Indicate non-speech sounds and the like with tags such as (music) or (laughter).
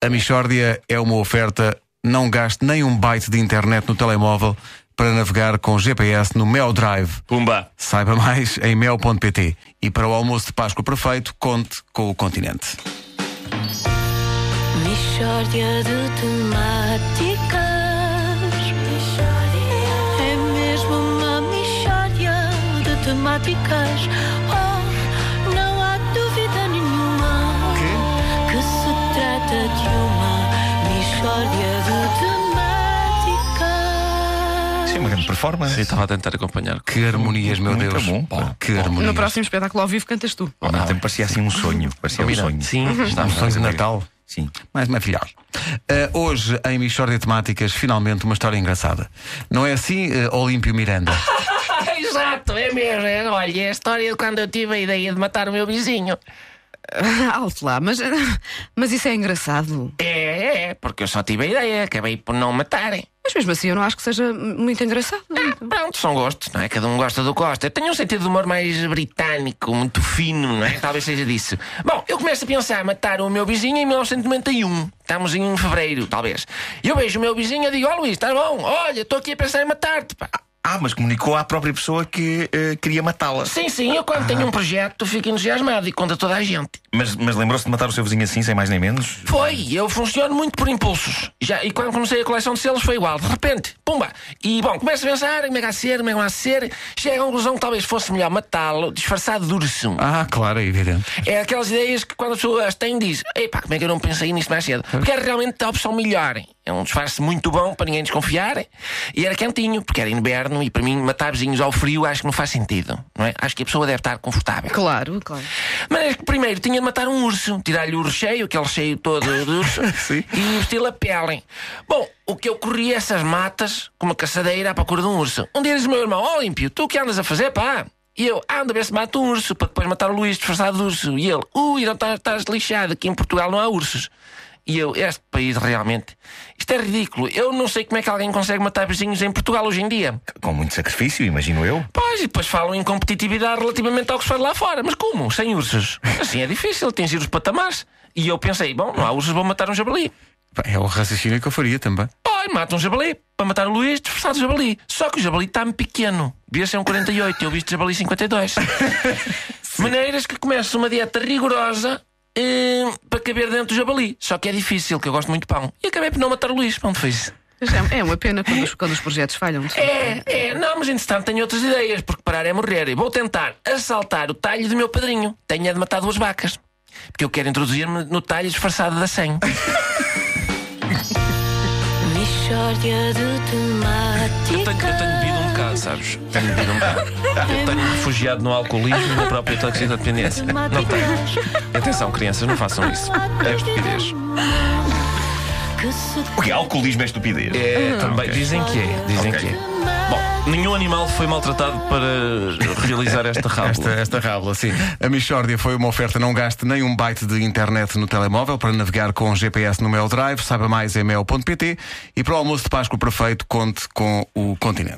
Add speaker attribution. Speaker 1: A Michórdia é uma oferta. Não gaste nem um byte de internet no telemóvel para navegar com GPS no Mel Drive.
Speaker 2: Pumba!
Speaker 1: Saiba mais em mel.pt. E para o almoço de Páscoa perfeito, conte com o continente.
Speaker 3: Mistória de temáticas. É mesmo uma mistória de temáticas. Oh, não há dúvida nenhuma que se trata de uma mistória de temáticas.
Speaker 4: Sim, uma grande performance.
Speaker 2: Eu estava a tentar acompanhar.
Speaker 1: Que harmonias, meu
Speaker 4: Muito
Speaker 1: Deus.
Speaker 4: bom, pá.
Speaker 1: que harmonias.
Speaker 5: No próximo Um espetáculo ao vivo cantas
Speaker 6: (laughs)
Speaker 5: tu.
Speaker 4: Ao mesmo tempo parecia assim um sonho. Parecia um sonho.
Speaker 2: Sim, está
Speaker 1: Um sonho de Natal.
Speaker 4: Sim.
Speaker 1: Mais uma filhada. Ah, hoje, em Michórdia de Temáticas, finalmente uma história engraçada. Não é assim, ah, Olímpio Miranda?
Speaker 6: Exato, é mesmo. é, Olha, é a história de quando eu tive a ideia de matar o meu vizinho.
Speaker 5: Ah, Alto lá, mas, (laughs) mas isso é engraçado.
Speaker 6: É, é, é, porque eu só tive a ideia, acabei por não matarem.
Speaker 5: Mas mesmo assim eu não acho que seja muito engraçado.
Speaker 6: Pronto, são gostos, não é? Cada um gosta do que gosta. Eu tenho um sentido de humor mais britânico, muito fino, não é? Talvez seja disso. Bom, eu começo a pensar matar o meu vizinho em 1991. Estamos em fevereiro, talvez. E eu vejo o meu vizinho e digo: Ó Luís, estás bom? Olha, estou aqui a pensar em matar-te. pá."
Speaker 4: Ah, mas comunicou à própria pessoa que eh, queria matá-la.
Speaker 6: Sim, sim, eu quando tenho um projeto fico entusiasmado e conto a toda a gente.
Speaker 4: Mas, mas lembrou-se de matar o seu vizinho assim, sem mais nem menos?
Speaker 6: Foi, eu funciono muito por impulsos. Já, e quando comecei a coleção de selos foi igual, de repente, pumba. E bom, começo a pensar, como é que há de ser, como é que não há de ser. Chego à conclusão que talvez fosse melhor matá-lo disfarçado de urso.
Speaker 1: Ah, claro, é evidente.
Speaker 6: É aquelas ideias que quando a pessoa as tem diz: Epá, como é que eu não pensei nisto mais cedo? Porque era realmente a opção melhor. É um disfarce muito bom para ninguém desconfiar e era quentinho, porque era inverno e para mim matar vizinhos ao frio acho que não faz sentido, não é? Acho que a pessoa deve estar confortável.
Speaker 5: Claro, claro.
Speaker 6: Mas é primeiro tinha de matar um urso, tirar-lhe o recheio, aquele recheio todo de urso, e vestir a pele. Bom, o que eu corri essas matas com uma caçadeira à procura de um urso. Um dia diz o meu irmão: Ó Límpio, tu o que andas a fazer, pá? E eu, ah, ando a ver se mato um urso, para depois matar o Luís disfarçado de urso. E ele, ui, não estás, estás lixado, aqui em Portugal não há ursos. E eu, este país realmente, isto é ridículo. Eu não sei como é que alguém consegue matar vizinhos em Portugal hoje em dia.
Speaker 4: Com muito sacrifício, imagino eu.
Speaker 6: Pois, e depois falam em competitividade relativamente ao que se faz lá fora. Mas como? Sem ursos? Assim é difícil atingir os patamares. E eu pensei, bom, não há ursos, vou matar um javali.
Speaker 1: Pá, É o raciocínio que eu faria também.
Speaker 6: Pai, mata um javali para matar o Luís, disfarçado de javali. Só que o javali está-me pequeno. Devia ser um 48, eu visto javali 52. Maneiras que começo uma dieta rigorosa hum, para caber dentro do javali. Só que é difícil, que eu gosto muito de pão. E acabei por não matar o Luís. Pronto, foi isso.
Speaker 5: Mas É, é uma pena quando os, quando os projetos falham.
Speaker 6: É, é, não, mas entretanto tenho outras ideias, porque parar é morrer. E vou tentar assaltar o talho do meu padrinho. Tenho é de matar duas vacas. Porque eu quero introduzir-me no talho disfarçado da senha.
Speaker 3: Mistória de temáticas.
Speaker 2: Eu tenho, eu tenho bebido um bocado, sabes? Tenho bebido um bocado. Eu tenho me refugiado no alcoolismo e na própria toxicodependência. Não tenho. Atenção, crianças, não façam isso. É estupidez.
Speaker 3: Que se
Speaker 4: Porque alcoolismo é estupidez.
Speaker 2: É,
Speaker 6: Hum.
Speaker 2: também. Dizem que é, dizem
Speaker 4: Ok.
Speaker 2: que é. Bom, nenhum animal foi maltratado para realizar esta
Speaker 1: Esta,
Speaker 2: rábula.
Speaker 1: esta rábula, sim. A Michórdia foi uma oferta. Não gaste nem um byte de internet no telemóvel para navegar com GPS no Mel Drive. Saiba mais em mel.pt. E para o almoço de Páscoa perfeito, conte com o continente.